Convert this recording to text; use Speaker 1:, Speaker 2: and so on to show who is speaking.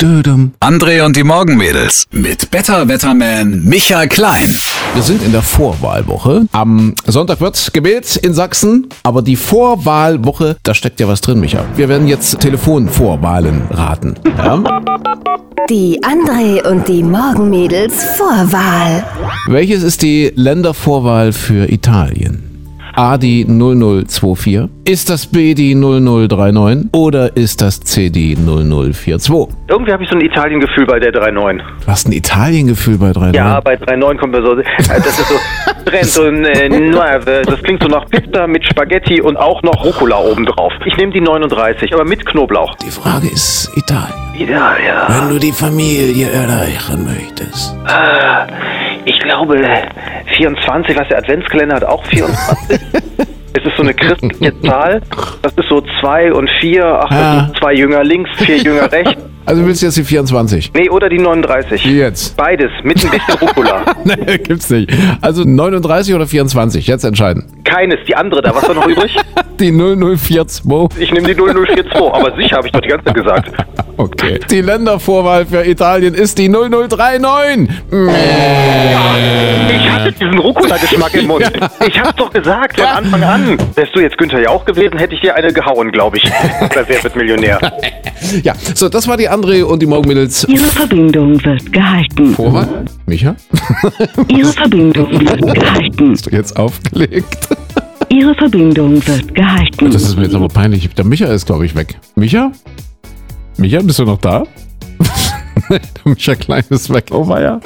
Speaker 1: Dödem.
Speaker 2: André und die Morgenmädels mit Better Wetterman Michael Klein.
Speaker 3: Wir sind in der Vorwahlwoche. Am Sonntag wird gewählt in Sachsen, aber die Vorwahlwoche, da steckt ja was drin, Micha. Wir werden jetzt Telefonvorwahlen raten. Ja?
Speaker 4: Die André und die Morgenmädels Vorwahl.
Speaker 3: Welches ist die Ländervorwahl für Italien? A die 0024? Ist das B die 0039? Oder ist das C die 0042? Du
Speaker 5: Irgendwie habe ich so ein Italien-Gefühl bei der 3.9.
Speaker 3: hast ein Italien-Gefühl bei 39.
Speaker 5: Ja, bei 3.9 kommt mir so, äh, das ist so Trend und äh, Nueve. Das klingt so nach Pizza mit Spaghetti und auch noch Rucola obendrauf. Ich nehme die 39, aber mit Knoblauch.
Speaker 3: Die Frage ist Italien.
Speaker 5: Ja, ja.
Speaker 3: Wenn du die Familie erreichen möchtest.
Speaker 5: Äh, Ich glaube, 24, was der Adventskalender hat, auch 24. Es ist so eine christliche Zahl. Das ist so 2 und 4. Ach,
Speaker 3: Ja.
Speaker 5: das sind zwei Jünger links, vier Jünger rechts.
Speaker 3: Also willst du jetzt die 24?
Speaker 5: Nee, oder die 39.
Speaker 3: Wie jetzt?
Speaker 5: Beides, mit ein bisschen Rucola.
Speaker 3: Nee, gibt's nicht. Also 39 oder 24? Jetzt entscheiden.
Speaker 5: Keines, die andere da. Was war noch übrig?
Speaker 3: Die 0042.
Speaker 5: Ich nehme die 0042, aber sicher habe ich doch die ganze Zeit gesagt.
Speaker 3: Ah, Okay. Die Ländervorwahl für Italien ist die 0039.
Speaker 5: Ich hatte diesen Rucola-Geschmack im Mund. Ich hab's doch gesagt von Anfang an. Wärst du jetzt Günther Jauch gewesen, hätte ich dir eine gehauen, glaube ich. Oder wer wird Millionär?
Speaker 3: Ja, so, das war die André und die Morgenmittels.
Speaker 6: Ihre Verbindung wird gehalten.
Speaker 3: Vorwahl? Micha?
Speaker 6: Ihre Verbindung wird gehalten.
Speaker 3: Hast du jetzt aufgelegt?
Speaker 6: Ihre Verbindung wird gehalten.
Speaker 3: Das ist mir jetzt aber peinlich. Der Micha ist, glaube ich, weg. Micha? Micha, bist du noch da? Der Micha Klein ist weg. Oh, ja.